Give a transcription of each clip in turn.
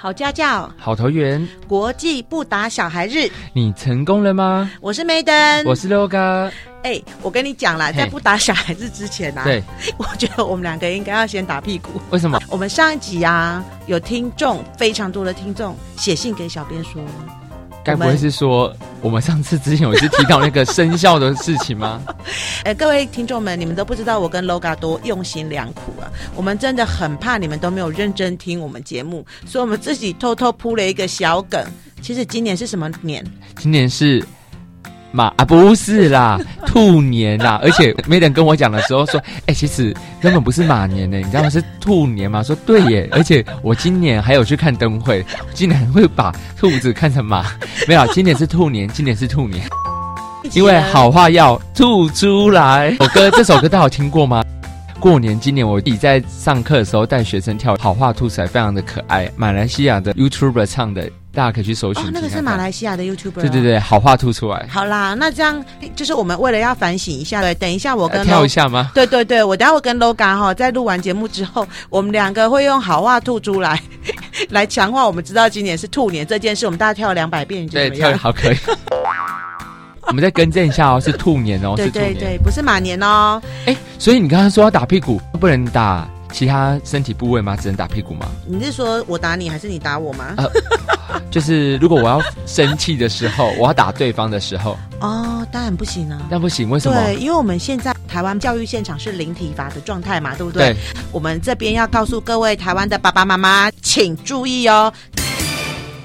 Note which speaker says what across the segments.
Speaker 1: 好家教，
Speaker 2: 好投缘，
Speaker 1: 国际不打小孩日，
Speaker 2: 你成功了吗？
Speaker 1: 我是梅登，
Speaker 2: 我是 LOGA，
Speaker 1: 哎、我跟你讲啦，
Speaker 2: 嘿
Speaker 1: 在不打小孩子之前啊，
Speaker 2: 对，
Speaker 1: 我觉得我们两个应该要先打屁股。
Speaker 2: 为什么？
Speaker 1: 我们上一集啊，有听众非常多的听众写信给小编说，
Speaker 2: 该不会是说我们上次之前有去提到那个生肖的事情吗？
Speaker 1: 哎，各位听众们，你们都不知道我跟 LOGA 多用心良苦啊！我们真的很怕你们都没有认真听我们节目，所以我们自己偷偷铺了一个小梗。其实今年是什么年？
Speaker 2: 今年是马啊，不是啦，兔年啦。而且 Maiden 跟我讲的时候说，哎、其实根本不是马年呢、你知道吗？是兔年嘛。说对耶，而且我今年还有去看灯会，竟然会把兔子看成马。没有啦，啊今年是兔年，今年是兔年，因为好话要吐出来。我哥这首歌大家有听过吗？ 过年，今年我自己在上课的时候带学生跳《好话吐出来》，非常的可爱。马来西亚的 YouTuber 唱的，大家可以去搜寻
Speaker 1: 哦
Speaker 2: 听看看。，
Speaker 1: 那个是马来西亚的 YouTuber，、啊
Speaker 2: 对对。对，好话吐出来，
Speaker 1: 好啦，那这样就是我们为了要反省一下，对，等一下我跟
Speaker 2: 呃
Speaker 1: Lo-
Speaker 2: 跳一下吗？
Speaker 1: 对对对，我等一下我跟 LOGA 哈，在录完节目之后，我们两个会用好话吐出来， 来强化我们知道今年是兔年这件事，我们大家跳了两百遍，你觉得
Speaker 2: 对，
Speaker 1: 怎么
Speaker 2: 跳
Speaker 1: 样？
Speaker 2: 好可以。我们再更正一下哦，是兔年哦，
Speaker 1: 对
Speaker 2: 是兔
Speaker 1: 对
Speaker 2: 年。
Speaker 1: 对，不是马年哦，
Speaker 2: 哎，所以你刚刚说要打屁股，不能打其他身体部位吗？只能打屁股吗？
Speaker 1: 你是说我打你还是你打我吗？
Speaker 2: 就是如果我要生气的时候，我要打对方的时候，
Speaker 1: 哦，当然不行啊。
Speaker 2: 那不行，为什么？
Speaker 1: 对，因为我们现在台湾教育现场是零体罚的状态嘛，对不对？
Speaker 2: 对，
Speaker 1: 我们这边要告诉各位台湾的爸爸妈妈，请注意哦。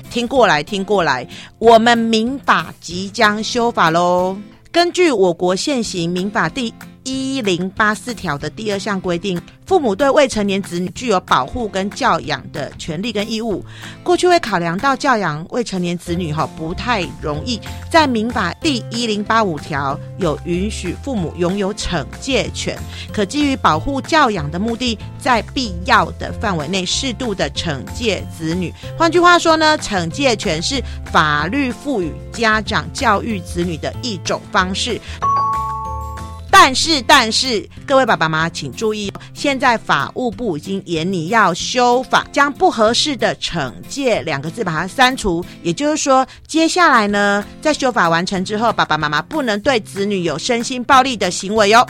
Speaker 1: 听过来，听过来，我们民法即将修法喽。根据我国现行民法第一零八四条的第二项规定，父母对未成年子女具有保护跟教养的权利跟义务。过去会考量到教养未成年子女哈不太容易，在民法第一零八五条有允许父母拥有惩戒权，可基于保护教养的目的，在必要的范围内适度的惩戒子女。换句话说呢，惩戒权是法律赋予家长教育子女的一种方式。但是，但是，各位爸爸妈妈请注意哦，现在法务部已经严拟要修法，将不合适的“惩戒”两个字把它删除。也就是说，接下来呢，在修法完成之后，爸爸妈妈不能对子女有身心暴力的行为哦哟。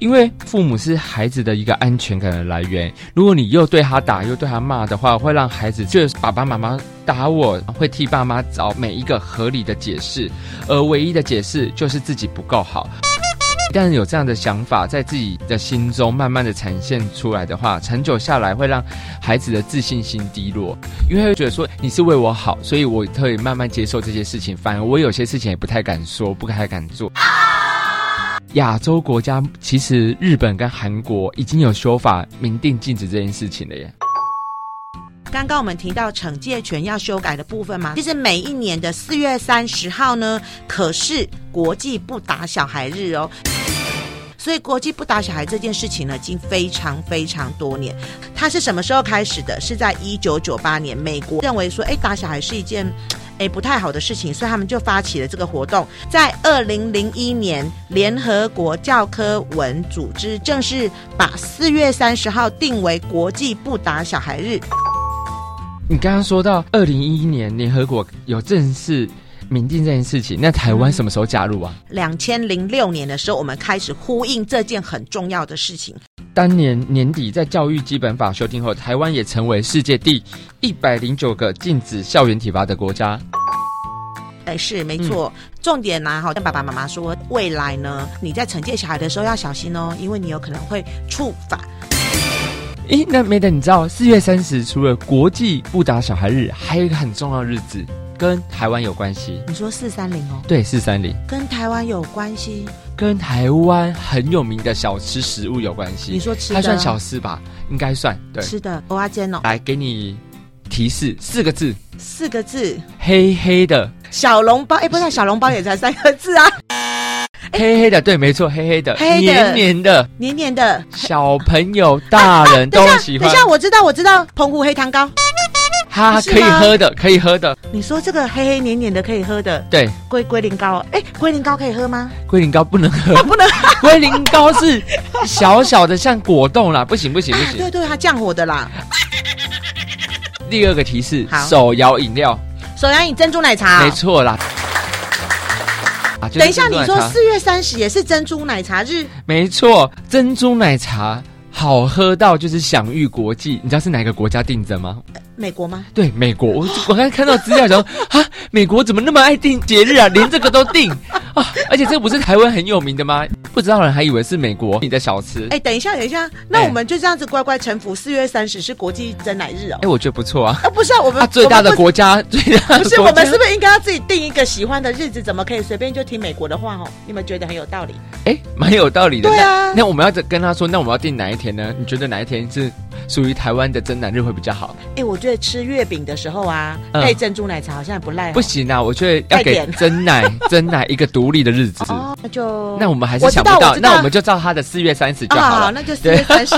Speaker 2: 因为父母是孩子的一个安全感的来源。如果你又对他打，又对他骂的话，会让孩子觉得爸爸妈妈打我，会替爸妈找每一个合理的解释，而唯一的解释就是自己不够好。一旦有这样的想法在自己的心中慢慢的呈现出来的话，长久下来会让孩子的自信心低落，因为会觉得说你是为我好，所以我可以慢慢接受这些事情。反而我有些事情也不太敢说，不太敢做。亚洲国家其实日本跟韩国已经有修法明定禁止这件事情了耶。
Speaker 1: 刚刚我们提到惩戒权要修改的部分嘛，其实每一年的四月三十号呢，可是国际不打小孩日哦。所以国际不打小孩这件事情呢，已经非常非常多年。它是什么时候开始的？是在一九九八年，美国认为说，哎，打小孩是一件。哎，不太好的事情，所以他们就发起了这个活动。在二零零一年，联合国教科文组织正式把四月三十号定为国际不打小孩日。
Speaker 2: 你刚刚说到二零一一年联合国有正式明定这件事情，那台湾什么时候加入啊？
Speaker 1: 两千零六年的时候，我们开始呼应这件很重要的事情。
Speaker 2: 当年年底，在教育基本法修订后，台湾也成为世界第一百零九个禁止校园体罚的国家。
Speaker 1: 哎，是没错。
Speaker 2: 嗯
Speaker 1: 重点呢、好跟爸爸妈妈说，未来呢，你在惩戒小孩的时候要小心哦，因为你有可能会触法。
Speaker 2: 诶，那 Maiden，你知道四月三十除了国际不打小孩日，还有一个很重要的日子跟台湾有关系。
Speaker 1: 你说四三零哦，
Speaker 2: 对，四三零
Speaker 1: 跟台湾有关系？
Speaker 2: 跟台湾很有名的小吃食物有关
Speaker 1: 你
Speaker 2: 系。
Speaker 1: 说吃的？
Speaker 2: 它算小吃吧？应该算。对，
Speaker 1: 吃的蚵仔煎哦，
Speaker 2: 来给你提示四个字：
Speaker 1: 四个字，
Speaker 2: 黑黑的，
Speaker 1: 小笼包。哎，不是小笼包也才三个字 啊，
Speaker 2: 黑黑的。对，没错，黑黑的，
Speaker 1: 黑的
Speaker 2: 黏 黏的，
Speaker 1: 黏黏的。
Speaker 2: 小朋友、大人都喜
Speaker 1: 啊等
Speaker 2: 欢
Speaker 1: 一。下，我知道，我知道，澎湖黑糖糕。
Speaker 2: 哈，
Speaker 1: 是
Speaker 2: 可以
Speaker 1: 吗
Speaker 2: 喝的，可以喝的。
Speaker 1: 你说这个黑黑黏黏的可以喝的
Speaker 2: 对，
Speaker 1: 龟龟苓膏哦，哎，龟苓膏可以喝吗？
Speaker 2: 龟苓膏不能喝，
Speaker 1: 啊不能。
Speaker 2: 龟苓膏是小小的，像果冻啦，不行不行不
Speaker 1: 啊，
Speaker 2: 行。
Speaker 1: 对对，它降火的啦。
Speaker 2: 第二个提示
Speaker 1: 好，
Speaker 2: 手摇饮料，
Speaker 1: 手摇饮珍珠奶茶
Speaker 2: 没。错啦。啊就是
Speaker 1: 等一下，
Speaker 2: 珍珠
Speaker 1: 你
Speaker 2: 奶
Speaker 1: 说
Speaker 2: 茶
Speaker 1: 四月三十也是珍珠奶茶日，
Speaker 2: 没错，珍珠奶茶好喝到就是享誉国际。你知道是哪个国家定的吗？
Speaker 1: 美国吗？
Speaker 2: 对，美国。我我刚才看到资料想 说，啊，美国怎么那么爱定节日啊？连这个都定啊！而且这不是台湾很有名的吗？不知道的人还以为是美国你的小吃。哎、
Speaker 1: 哎，等一下，等一下，那
Speaker 2: 哎
Speaker 1: 我们就这样子乖乖臣服。四月三十是国际珍奶日哦。
Speaker 2: 我觉得不错啊。
Speaker 1: 啊，不是啊，我们
Speaker 2: 啊，最大的
Speaker 1: 我们
Speaker 2: 国家，最大
Speaker 1: 不
Speaker 2: 的
Speaker 1: 是我
Speaker 2: 国
Speaker 1: 们
Speaker 2: 家
Speaker 1: 是。不是应该要自己定一个喜欢的日子？怎么可以随便就听美国的话哦？你们觉得很有道理？
Speaker 2: 哎，蛮有道理的。
Speaker 1: 对啊
Speaker 2: 那那我们要跟他说，那我们要定哪一天呢？你觉得哪一天是属于台湾的真南日会比较好？
Speaker 1: 哎，我觉得吃月饼的时候啊，
Speaker 2: 嗯
Speaker 1: 配珍珠奶茶好像也不赖哦。
Speaker 2: 不行啊，我觉得要
Speaker 1: 快
Speaker 2: 给
Speaker 1: 点
Speaker 2: 真奶 真奶一个独立的日子。
Speaker 1: 哦，那就
Speaker 2: 那我们还
Speaker 1: 我
Speaker 2: 是
Speaker 1: 知
Speaker 2: 想不
Speaker 1: 道
Speaker 2: 到，
Speaker 1: 我知道
Speaker 2: 那我们就照他的四月三十就好了。
Speaker 1: 啊，那就四月三十。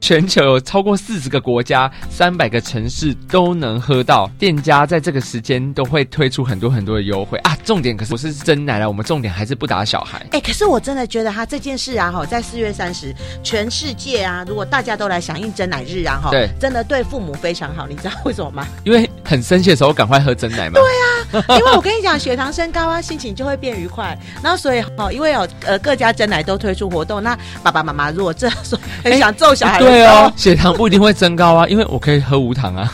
Speaker 2: 全球有超过四十个国家、三百个城市都能喝到，店家在这个时间都会推出很多很多的优惠啊。重点可是不是真奶了，我们重点还是不打小孩。
Speaker 1: 哎、可是我真的觉得哈这件事啊，哈，在四月三十，全世界啊，如果大家都来响应真奶日啊，哈，
Speaker 2: 对
Speaker 1: 真的对父母非常好，你知道为什么吗？
Speaker 2: 因为很生气的时候，赶快喝真奶嘛。对
Speaker 1: 因为我跟你讲，血糖升高啊，心情就会变愉快，然后所以哈，因为有呃各家真奶都推出活动，那爸爸妈妈如果这说很想揍小孩、的
Speaker 2: 哎对
Speaker 1: 时候
Speaker 2: 哦，，血糖不一定会增高啊，因为我可以喝无糖啊。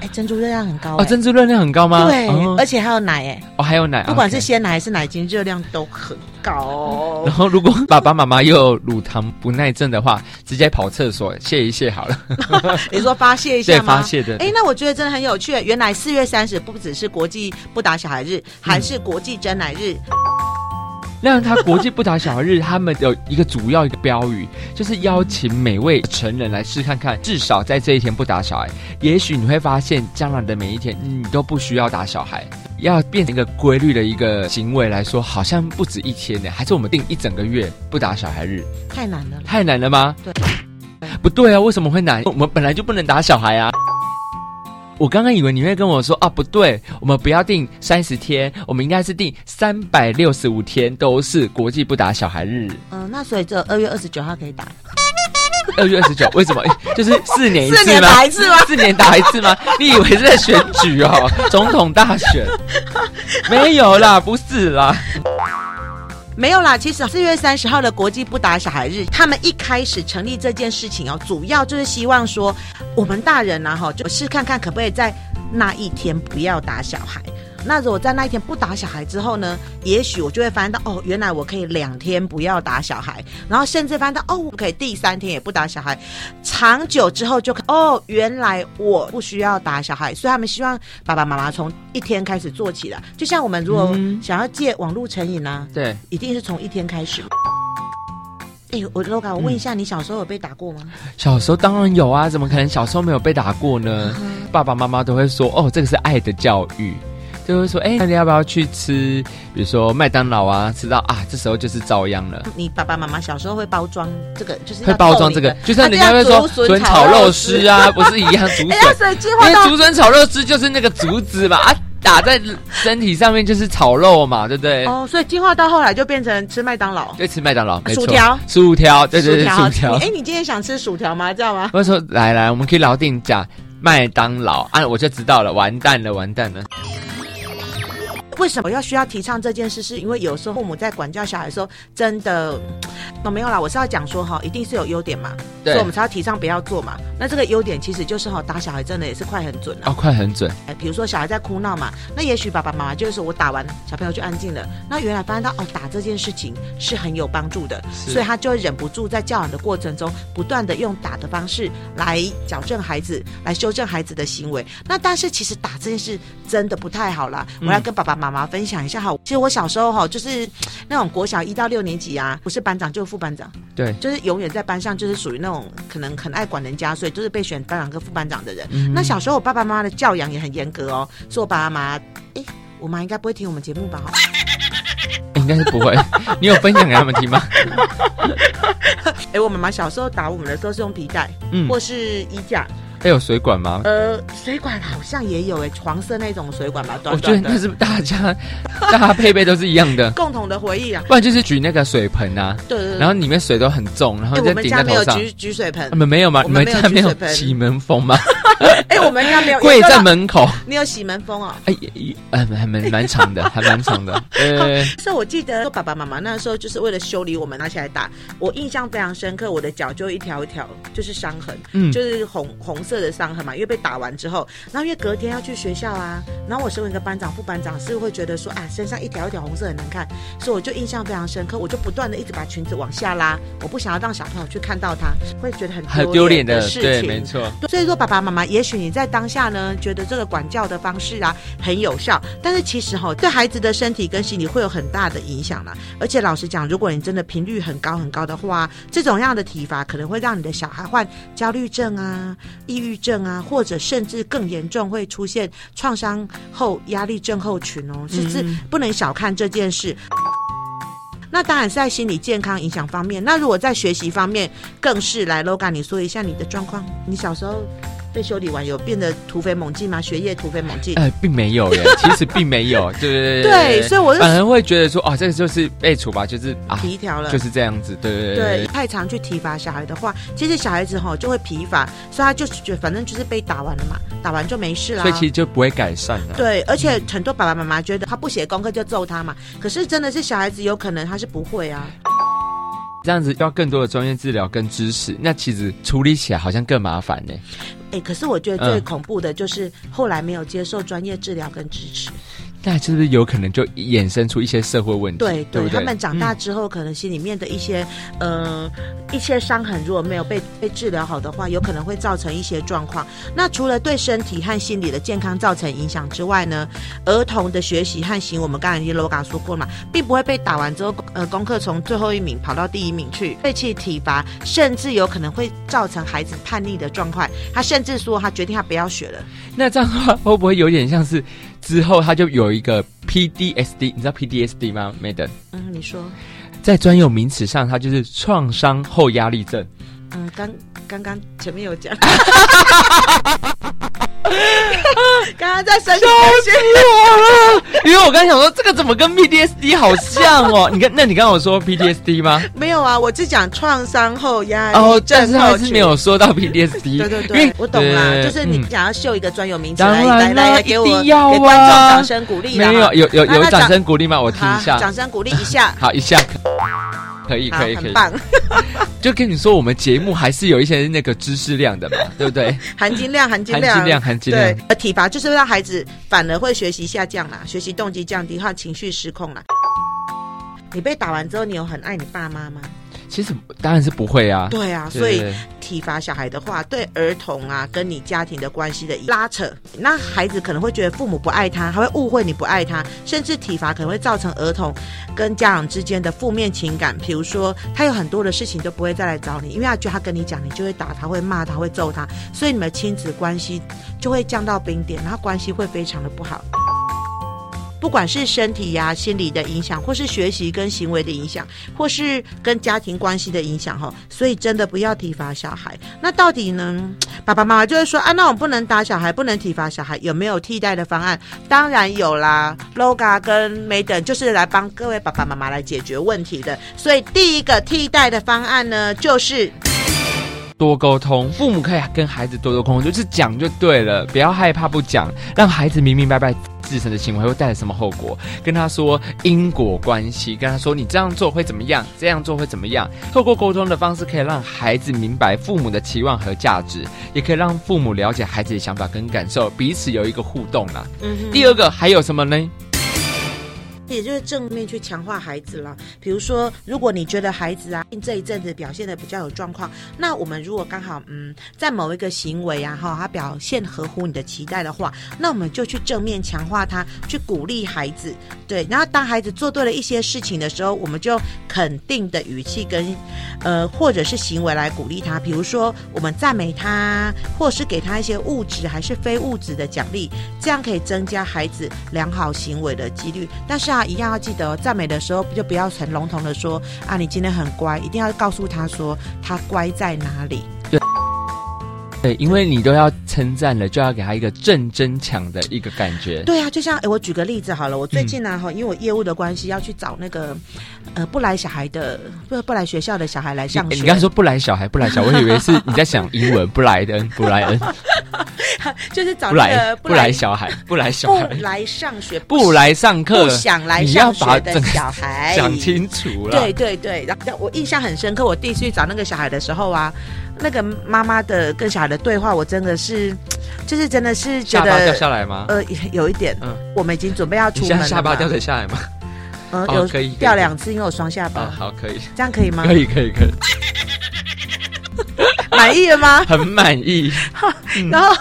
Speaker 1: 哎、珍珠热量很高、
Speaker 2: 哦，
Speaker 1: 哎
Speaker 2: 珍珠热量很高吗？
Speaker 1: 对，
Speaker 2: 哦
Speaker 1: 而且还有奶哎、
Speaker 2: 哦还有奶，
Speaker 1: 不管是
Speaker 2: OK 哦
Speaker 1: 鲜奶还是奶精，热量都很高哦
Speaker 2: 然。后，如果爸爸妈妈又有乳糖不耐症的话，直接跑厕所泄一泄好了。
Speaker 1: 你说发泄一
Speaker 2: 对
Speaker 1: 下，吗？
Speaker 2: 发泄的。
Speaker 1: 哎、那我觉得真的很有趣。原来四月三十不只是国际不打小孩日，还是国际真奶日。
Speaker 2: 让他国际不打小孩日，他们有一个主要一个标语，就是邀请每位成人来试看看，至少在这一天不打小孩。也许你会发现，将来的每一天嗯你都不需要打小孩，要变成一个规律的一个行为来说，好像不止一天呢，还是我们定一整个月不打小孩日，
Speaker 1: 太难了。
Speaker 2: 太难了吗？
Speaker 1: 对，
Speaker 2: 不对啊，为什么会难？我们本来就不能打小孩啊。我刚刚以为你会跟我说啊，不对，我们不要定三十天，我们应该是定三百六十五天都是国际不打小孩日。
Speaker 1: 嗯、那所以这二月二十九号可以打，
Speaker 2: 二月二十九，为什么？ 就是四年一
Speaker 1: 四
Speaker 2: 次
Speaker 1: 年
Speaker 2: 吗？
Speaker 1: 打一次吗？
Speaker 2: 四年打一次吗？你以为是在选举哦，总统大选？没有啦，不是啦。
Speaker 1: 没有啦，其实四月三十号的国际不打小孩日，他们一开始成立这件事情哦，主要就是希望说，我们大人呢、啊、哈，就是看看可不可以在那一天不要打小孩。那如果在那一天不打小孩之后呢，也许我就会发现到哦，原来我可以两天不要打小孩，然后甚至发现到哦，我可以第三天也不打小孩，长久之后就可哦，原来我不需要打小孩，所以他们希望爸爸妈妈从一天开始做起来，就像我们如果
Speaker 2: 嗯
Speaker 1: 想要戒网络成瘾啊，
Speaker 2: 对，
Speaker 1: 一定是从一天开始。哎、我 LOGA，我问
Speaker 2: 嗯
Speaker 1: 一下，你小时候有被打过吗？
Speaker 2: 小时候当然有啊，怎么可能小时候没有被打过呢？爸爸妈妈都会说，哦，这个是爱的教育，就会说，哎、那你要不要去吃，比如说麦当劳啊？吃到啊，这时候就是遭殃了。
Speaker 1: 你爸爸妈妈小时候会包装这个，就是
Speaker 2: 会包装这个，就像人家会说
Speaker 1: 笋
Speaker 2: 笋炒肉丝。啊， 不是一样竹
Speaker 1: 哎呀，
Speaker 2: 笋？
Speaker 1: 所以计
Speaker 2: 因
Speaker 1: 划
Speaker 2: 为
Speaker 1: 到
Speaker 2: 竹笋炒肉丝就是那个竹子嘛，啊，打在身体上面就是炒肉嘛，对不对？
Speaker 1: 哦，所以计划到后来就变成吃麦当劳、
Speaker 2: 就吃麦当劳，没错，
Speaker 1: 薯条
Speaker 2: 薯条，对对对，薯
Speaker 1: 好
Speaker 2: 条
Speaker 1: 哎、。你今天想吃薯条吗？知道吗？
Speaker 2: 我说来来，我们可以老定价麦当劳啊，我就知道了，完蛋了，完蛋了。
Speaker 1: 为什么要需要提倡这件事？是因为有时候父母在管教小孩的时候，真的，哦，没有啦，我是要讲说哈，一定是有优点嘛，所
Speaker 2: 对
Speaker 1: 以我们才要提倡不要做嘛。那这个优点其实就是哈，打小孩真的也是快很准啊。
Speaker 2: 哦，快很准，
Speaker 1: 哎比如说小孩在哭闹嘛，那也许爸爸妈妈就是说我打完小朋友就安静了。那原来发现到哦，打这件事情是很有帮助的，
Speaker 2: 是
Speaker 1: 所以他就会忍不住在教养的过程中，不断的用打的方式来矫正孩子，来修正孩子的行为。那但是其实打这件事真的不太好啦。
Speaker 2: 嗯
Speaker 1: 我来跟爸爸妈妈分享一下哈，其实我小时候哈，就是那种国小一到六年级啊，不是班长就是副班长，
Speaker 2: 对，
Speaker 1: 就是永远在班上就是属于那种可能很爱管人家，所以就是被选班长跟副班长的人。
Speaker 2: 嗯
Speaker 1: 那小时候我爸爸妈妈的教养也很严格哦，是我爸爸妈妈，诶，我妈应该不会听我们节目吧？
Speaker 2: 应该是不 会。你有分享给他们听吗？
Speaker 1: 哎、我妈妈小时候打我们的时候是用皮带
Speaker 2: 嗯
Speaker 1: 或是衣架，
Speaker 2: 还有水管吗？
Speaker 1: 呃，水管好像也有诶、黄色那种水管吧，
Speaker 2: 哦我
Speaker 1: 短
Speaker 2: 觉得
Speaker 1: 短
Speaker 2: 那
Speaker 1: 的。
Speaker 2: 是大家 大家配备都是一样的，
Speaker 1: 共同的回忆啊，
Speaker 2: 不然就是举那个水盆啊，
Speaker 1: 对对对。
Speaker 2: 然后里面水都很重，然后
Speaker 1: 哎、
Speaker 2: 再
Speaker 1: 嗯我们
Speaker 2: 顶
Speaker 1: 家
Speaker 2: 在
Speaker 1: 没
Speaker 2: 头
Speaker 1: 有
Speaker 2: 上。嗯
Speaker 1: 举举水盆
Speaker 2: 你，们没有吗？
Speaker 1: 我
Speaker 2: 你
Speaker 1: 们没
Speaker 2: 们
Speaker 1: 有
Speaker 2: 家没
Speaker 1: 举
Speaker 2: 有
Speaker 1: 水盆
Speaker 2: 洗门 风吗？
Speaker 1: 哎、我们家没 有。
Speaker 2: 跪
Speaker 1: 你知道
Speaker 2: 在 门口，
Speaker 1: 你有洗门风哦。
Speaker 2: 哎，也也呃，还蛮蛮长的，还蛮 长的。呃，
Speaker 1: 所以我记得爸爸妈妈那时候就是为了修理我们拿起来打，我印象非常深刻，我的脚就一条一条就是伤痕，
Speaker 2: 嗯
Speaker 1: 就是红红色的伤痕嘛，因为被打完之后，然后因为隔天要去学校啊，然后我身为一个班长、副班长是会觉得说啊，身上一条一条红色很难看，所以我就印象非常深刻，我就不断的一直把裙子往下拉，我不想要让小朋友去看到它，会觉得很
Speaker 2: 很丢脸
Speaker 1: 脸
Speaker 2: 的，
Speaker 1: 事
Speaker 2: 对，
Speaker 1: 情
Speaker 2: 没错。
Speaker 1: 对所以说，爸爸妈妈，也许你在当下呢，觉得这个管教的方式啊很有效，但是其实哈、对孩子的身体跟心理会有很大的影响啦。而且老实讲，如果你真的频率很高很高的话，这种样的体罚可能会让你的小孩患焦虑症啊、抑郁症啊，或者甚至更严重会出现创伤后压力症候群哦，是
Speaker 2: 嗯
Speaker 1: 是不能小看这件事。那当然是在心理健康影响方面。那如果在学习方面，更是来 Logan，你说一下你的状况。你小时候被修理完，有变得突飞猛进吗？学业突飞猛进？
Speaker 2: 呃，并没有耶，其实并没有，对 对
Speaker 1: 对，所以我就
Speaker 2: 反而会觉得说，哦，这个就是被处罚，就是啊，
Speaker 1: 皮条了。
Speaker 2: 就是这样子，对对
Speaker 1: 对，太常去体罚小孩的话，其实小孩子吼就会疲乏，所以他就是觉得反正就是被打完了嘛，打完就没事啦
Speaker 2: 所以。其实就不会改善了。
Speaker 1: 对，而且很多爸爸妈妈觉得他不写功课就揍他嘛，可是真的是小孩子有可能他是不会啊。
Speaker 2: 这样子要更多的专业治疗跟支持，那其实处理起来好像更麻烦呢。
Speaker 1: 哎，可是我觉得最
Speaker 2: 嗯
Speaker 1: 恐怖的就是后来没有接受专业治疗跟支持。
Speaker 2: 那是不是有可能就衍生出一些社会问题？
Speaker 1: 对
Speaker 2: 对不嗯对
Speaker 1: 他们长大之后，可能心里面的一些呃一些伤痕，如果没有被被治疗好的话，有可能会造成一些状况。那除了对身体和心理的健康造成影响之外呢，儿童的学习和行为，我们刚才已经 LOGA 说过了嘛，并不会被打完之后，呃，功课从最后一名跑到第一名去，被去体罚，甚至有可能会造成孩子叛逆的状况。他甚至说他决定他不要学了。
Speaker 2: 那这样的话会不会有点像是之后他就有一个 PDSD？你知道 PDSD 吗，Madam？
Speaker 1: 嗯，你说，
Speaker 2: 在专有名词上，它就是创伤后压力症。
Speaker 1: 嗯，刚刚刚前面有讲， 刚刚在生气，
Speaker 2: 我了，因为我刚想说这个怎么跟 PDSD 好像 哦？你看，那你刚刚有说 PDSD 吗？
Speaker 1: 没有啊，我是讲创伤后压力
Speaker 2: 哦，但
Speaker 1: 症
Speaker 2: 是
Speaker 1: 候
Speaker 2: 他还是
Speaker 1: 群
Speaker 2: 没。有说到 PDSD。
Speaker 1: 呃对对
Speaker 2: 因
Speaker 1: 对
Speaker 2: 为，
Speaker 1: 我懂啦，
Speaker 2: 对
Speaker 1: 就是你
Speaker 2: 嗯
Speaker 1: 想要秀一个专有名词
Speaker 2: 当
Speaker 1: 来
Speaker 2: 然
Speaker 1: 来来
Speaker 2: 啦
Speaker 1: 来，给我
Speaker 2: 一定要
Speaker 1: 给观众
Speaker 2: 啊
Speaker 1: 掌声鼓励啦
Speaker 2: 没有，有有
Speaker 1: 那
Speaker 2: 有
Speaker 1: 那
Speaker 2: 掌
Speaker 1: 掌
Speaker 2: 声鼓励吗？我听
Speaker 1: 好
Speaker 2: 一下，，
Speaker 1: 掌声鼓励一下
Speaker 2: 好一下，可以
Speaker 1: 好，
Speaker 2: 可以可
Speaker 1: 很
Speaker 2: 以，
Speaker 1: 棒，
Speaker 2: 就跟你说，我们节目还是有一些那个知识量的嘛，对不对？
Speaker 1: 含金 量， 含金
Speaker 2: 含
Speaker 1: 量，
Speaker 2: 金量，含金量
Speaker 1: 对。，呃，体罚就是让孩子反而会学习下降啦，学习动机降低和情绪失控啦。你被打完之后，你有很爱你爸妈吗？
Speaker 2: 其实当然是不会啊，
Speaker 1: 对啊，
Speaker 2: 对
Speaker 1: 所以
Speaker 2: 对
Speaker 1: 体罚小孩的话，对儿童啊跟你家庭的关系的拉扯，那孩子可能会觉得父母不爱他，还会误会你不爱他，甚至体罚可能会造成儿童跟家长之间的负面情感，比如说他有很多的事情都不会再来找你，因为他觉得他跟你讲，你就会打他，会骂他，会揍他，所以你们亲子关系就会降到冰点，然后关系会非常的不好。不管是身体呀、心理的影响，或是学习跟行为的影响，或是跟家庭关系的影响哈，所以真的不要体罚小孩。那到底呢？爸爸妈妈就会说啊，那我们不能打小孩，不能体罚小孩，有没有替代的方案？当然有啦，LOGA 跟 Maiden 就是来帮各位爸爸妈妈来解决问题的。所以第一个替代的方案呢，就是
Speaker 2: 多沟通，父母可以跟孩子多多沟通，就是讲就对了，不要害怕不讲，让孩子明明白白自身的行为会带来什么后果，跟他说因果关系，跟他说你这样做会怎么样，这样做会怎么样。透过沟通的方式，可以让孩子明白父母的期望和价值，也可以让父母了解孩子的想法跟感受，彼此有一个互动啦。
Speaker 1: 嗯哼
Speaker 2: 第二个还有什么呢？
Speaker 1: 也就是正面去强化孩子啦。比如说，如果你觉得孩子啊这一阵子表现的比较有状况，那我们如果刚好嗯在某一个行为啊哈，他表现合乎你的期待的话，那我们就去正面强化他，去鼓励孩子。对，然后当孩子做对了一些事情的时候，我们就用肯定的语气跟呃或者是行为来鼓励他，比如说我们赞美他，或是给他一些物质还是非物质的奖励，这样可以增加孩子良好行为的几率。但是啊，一样要记得哦赞美的时候，就不要很笼统的说啊，你今天很乖，一定要告诉他说他乖在哪里。
Speaker 2: 对，因为你都要称赞了，就要给他一个正增强的一个感觉。
Speaker 1: 对啊，就像诶我举个例子好了，我最近呢、哈、因为我业务的关系要去找那个呃不来小孩的不不来学校的小孩来
Speaker 2: 你
Speaker 1: 上
Speaker 2: 哎你
Speaker 1: 学。
Speaker 2: 刚才说不来小孩，不来小孩，我以为是你在想英文，布莱恩，布 莱恩，
Speaker 1: 就是找
Speaker 2: 不
Speaker 1: 那
Speaker 2: 来
Speaker 1: 个
Speaker 2: 不来小孩，不来小
Speaker 1: 不
Speaker 2: 孩，
Speaker 1: 来上学
Speaker 2: 不来上课，
Speaker 1: 不想来
Speaker 2: 你要
Speaker 1: 上
Speaker 2: 把
Speaker 1: 学
Speaker 2: 整
Speaker 1: 的
Speaker 2: 个
Speaker 1: 小孩
Speaker 2: 讲清楚了。
Speaker 1: 对对对，然后我印象很深刻，我第一次去找那个小孩的时候啊，那个妈妈的跟小孩的对话，我真的是，就是真的是哎觉
Speaker 2: 下巴掉
Speaker 1: 得，
Speaker 2: 下来吗？
Speaker 1: 呃，有一点，
Speaker 2: 嗯
Speaker 1: 我们已经准备要
Speaker 2: 你
Speaker 1: 出
Speaker 2: 现
Speaker 1: 门
Speaker 2: 在
Speaker 1: 了，
Speaker 2: 下巴掉，得下来吗？
Speaker 1: 呃，
Speaker 2: 哦
Speaker 1: 有
Speaker 2: 可以可以
Speaker 1: 掉两次，因为我双下巴，
Speaker 2: 啊，好，可以，
Speaker 1: 这样可以吗
Speaker 2: 可？以，可以，可以，
Speaker 1: 满意了吗？
Speaker 2: 很满 意。
Speaker 1: 然后，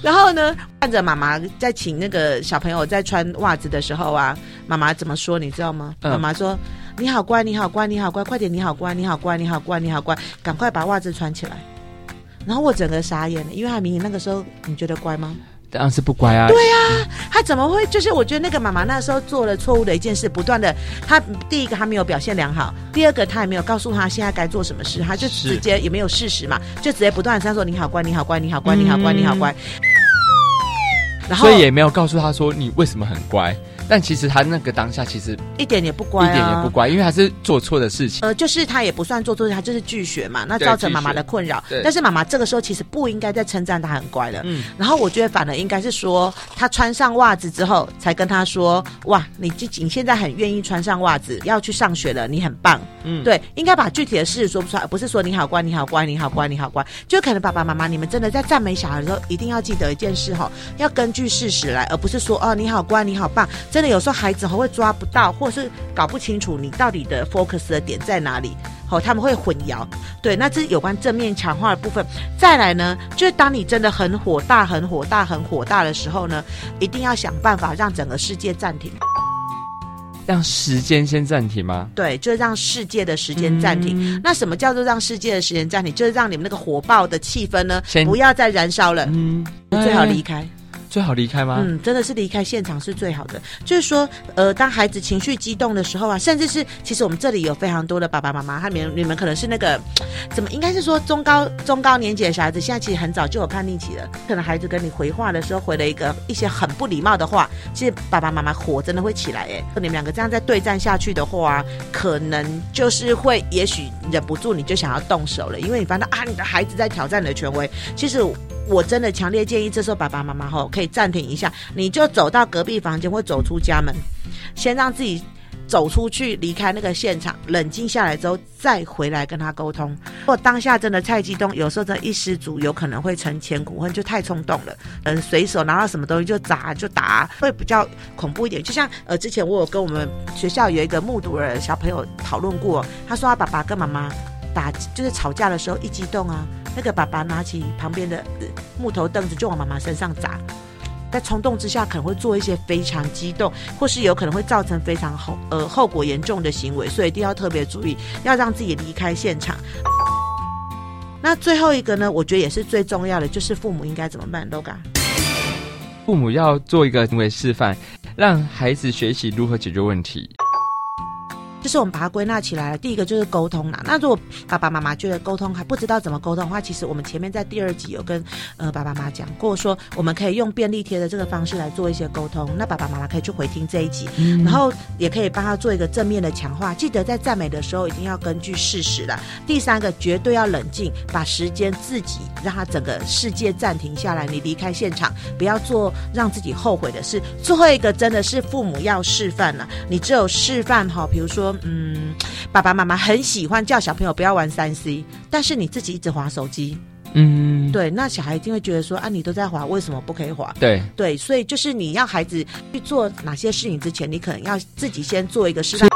Speaker 1: 然后呢，看着妈妈在请那个小朋友在穿袜子的时候啊，妈妈怎么说你知道吗？
Speaker 2: 嗯
Speaker 1: 妈妈说：“你好乖，你好乖，你好乖，快点，你好乖，你好乖，你好乖，你好乖，赶快把袜子穿起来。”然后我整个傻眼了，因为海明，你那个时候你觉得乖吗？
Speaker 2: 当然是不乖啊，对呀，
Speaker 1: 他怎么会？就是我觉得那个妈妈那时候做了错误的一件事，不断的，她第一个她没有表现良好，第二个她也没有告诉她现在该做什么事，她就是直接也没有事实嘛，就直接不断的在说你好乖，你好乖，你好乖，你好乖，你好乖。然后
Speaker 2: 所以也没有告诉他说你为什么很乖。但其实他那个当下其实
Speaker 1: 一点也不乖、
Speaker 2: 一
Speaker 1: 啊，
Speaker 2: 点也不乖，因为他是做错的事情。
Speaker 1: 呃，就是他也不算做错，他就是拒绝嘛，那
Speaker 2: 对
Speaker 1: 造成
Speaker 2: 拒
Speaker 1: 妈妈
Speaker 2: 绝
Speaker 1: 的困扰
Speaker 2: 对。
Speaker 1: 但是妈妈这个时候其实不应该再称赞他很乖了。
Speaker 2: 嗯，
Speaker 1: 然后我觉得反而应该是说，他穿上袜子之后，才跟他说：“哇，你自己你现在很愿意穿上袜子，要去上学了，你很棒。”
Speaker 2: 嗯
Speaker 1: 对，应该把具体的事说不出来，而不是说你好乖，你好乖，你好乖，你好乖。就可能爸爸妈妈，你们真的在赞美小孩的时候，一定要记得一件事哈，要根据事实来，而不是说哦你好乖，你好棒。真的有时候孩子吼会抓不到，或者是搞不清楚你到底的 focus 的点在哪里。好，他们会混淆，对，那这是有关正面强化的部分。再来呢，就是当你真的很火大、很火大、很火大的时候呢，一定要想办法让整个世界暂停。
Speaker 2: 让时间先暂停吗？
Speaker 1: 对，就是让世界的时间暂停。
Speaker 2: 嗯
Speaker 1: 那什么叫做让世界的时间暂停？就是让你们那个火爆的气氛呢
Speaker 2: 先，
Speaker 1: 不要再燃烧了。
Speaker 2: 嗯，
Speaker 1: 你最好
Speaker 2: 哎
Speaker 1: 离开，
Speaker 2: 最好离开吗？
Speaker 1: 嗯，真的是离开现场是最好的。就是说，呃，当孩子情绪激动的时候啊，甚至是其实我们这里有非常多的爸爸妈妈，他们你们可能是那个怎么应该是说中高中高年级的小孩子，现在其实很早就有叛逆期了。可能孩子跟你回话的时候回了一个一些很不礼貌的话，其实爸爸妈妈火真的会起来哎。你们两个这样再对战下去的话、啊可能就是会，也许忍不住你就想要动手了，因为你发现啊，你的孩子在挑战你的权威。其实我真的强烈建议，这时候爸爸妈妈吼可以暂停一下，你就走到隔壁房间或走出家门，先让自己。走出去，离开那个现场，冷静下来之后，再回来跟他沟通。如果当下真的太激动，有时候真的一失足，有可能会成千古恨，就太冲动了。嗯，随手拿到什么东西就砸就打，会比较恐怖一点。就像呃，之前我有跟我们学校有一个目睹的小朋友讨论过，他说他爸爸跟妈妈打就是吵架的时候一激动啊，那个爸爸拿起旁边的 呃木头凳子就往妈妈身上砸，在冲动之下可能会做一些非常激动，或是有可能会造成非常后呃后果严重的行为，所以一定要特别注意，要让自己离开现场。那最后一个呢，我觉得也是最重要的，就是父母应该怎么办，Loga。
Speaker 2: 父母要做一个行为示范，让孩子学习如何解决问题。
Speaker 1: 就是我们把它归纳起来了。第一个就是沟通啦。那如果爸爸妈妈觉得沟通还不知道怎么沟通的话，其实我们前面在第二集有跟呃爸爸妈妈讲过说，我们可以用便利贴的这个方式来做一些沟通。那爸爸妈妈可以去回听这一集，然后也可以帮他做一个正面的强化。记得在赞美的时候一定要根据事实啦。第三个，绝对要冷静，把时间自己让他整个世界暂停下来，你离开现场，不要做让自己后悔的事。最后一个真的是父母要示范了、你只有示范哈，比如说嗯，爸爸妈妈很喜欢叫小朋友不要玩三 C，但是你自己一直划手机，
Speaker 2: 嗯，
Speaker 1: 对，那小孩一定会觉得说啊，你都在划，为什么不可以划？
Speaker 2: 对，
Speaker 1: 对，所以就是你要孩子去做哪些事情之前，你可能要自己先做一个示范。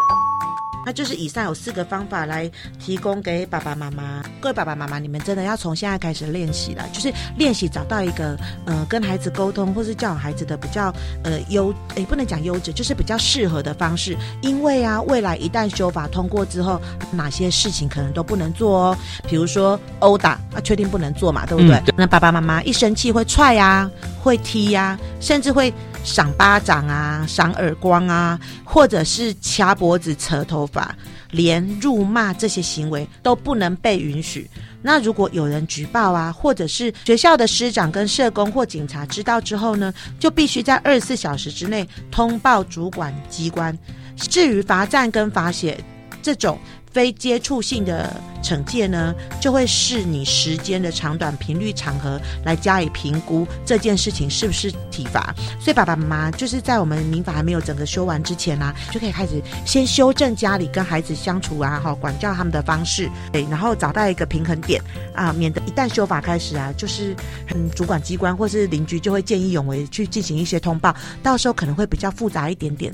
Speaker 1: 那就是以上有四个方法来提供给爸爸妈妈，各位爸爸妈妈，你们真的要从现在开始练习了，就是练习找到一个呃跟孩子沟通，或是教养孩子的比较呃优，也不能讲优质，就是比较适合的方式。因为啊，未来一旦修法通过之后，哪些事情可能都不能做哦，比如说殴打，啊，确定不能做嘛，对不对？
Speaker 2: 嗯对
Speaker 1: 那爸爸妈妈一生气会踹啊，会踢呀、甚至会赏巴掌啊、赏耳光啊，或者是掐脖子、扯头发，连辱骂这些行为都不能被允许。那如果有人举报啊，或者是学校的师长跟社工或警察知道之后呢，就必须在二十四小时之内通报主管机关。至于罚站跟罚写这种非接触性的惩戒呢，就会视你时间的长短、频率、场合来加以评估这件事情是不是体罚。所以爸爸妈妈就是在我们民法还没有整个修完之前啊，就可以开始先修正家里跟孩子相处啊，哈，管教他们的方式，对，然后找到一个平衡点啊，免得一旦修法开始啊，就是嗯，主管机关或是邻居就会见义勇为去进行一些通报，到时候可能会比较复杂一点点。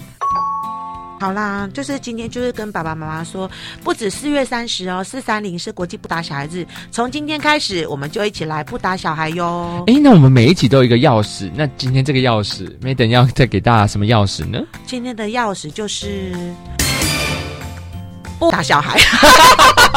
Speaker 1: 好啦，就是今天就是跟爸爸妈妈说，不止四月三十哦，四三零是国际不打小孩日，从今天开始我们就一起来不打小孩哟。
Speaker 2: 哎，那我们每一集都有一个钥匙，那今天这个钥匙，Maiden 要再给大家什么钥匙 呢？
Speaker 1: 今天的钥匙就是不打小孩，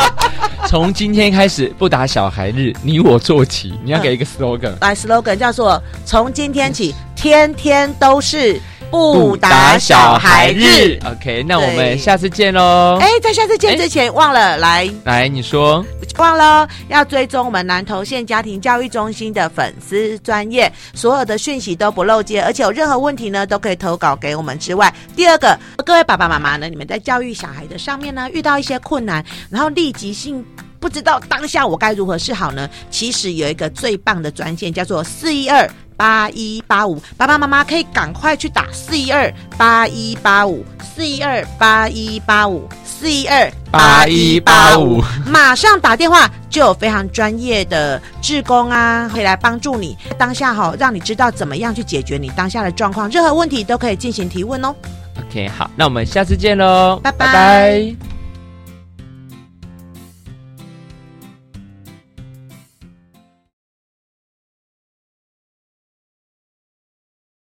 Speaker 2: 从今天开始不打小孩日，你我做起，你要给一个 slogan，、
Speaker 1: 来 slogan 叫做从今天起天天都是不
Speaker 2: 不
Speaker 1: 打小孩日。。
Speaker 2: OK，那我
Speaker 1: 对
Speaker 2: 们下次见喽。
Speaker 1: 哎，在下次见之前忘了来
Speaker 2: 来，你说，
Speaker 1: 忘了要追踪我们南投县家庭教育中心的粉丝专业，所有的讯息都不漏接，而且有任何问题呢都可以投稿给我们。之外，第二个，各位爸爸妈妈呢，你们在教育小孩的上面呢遇到一些困难，然后立即性。不知道当下我该如何是好呢？其实有一个最棒的专线叫做四一二八一八五，爸爸妈妈可以赶快去打四一二八一八五，四一二八一八五，四一二
Speaker 2: 8185
Speaker 1: 马上打电话就有非常专业的志工啊，会来帮助你当下哈、让你知道怎么样去解决你当下的状况，任何问题都可以进行提问哦。
Speaker 2: OK，好，那我们下次见喽，
Speaker 1: 拜拜
Speaker 2: 拜拜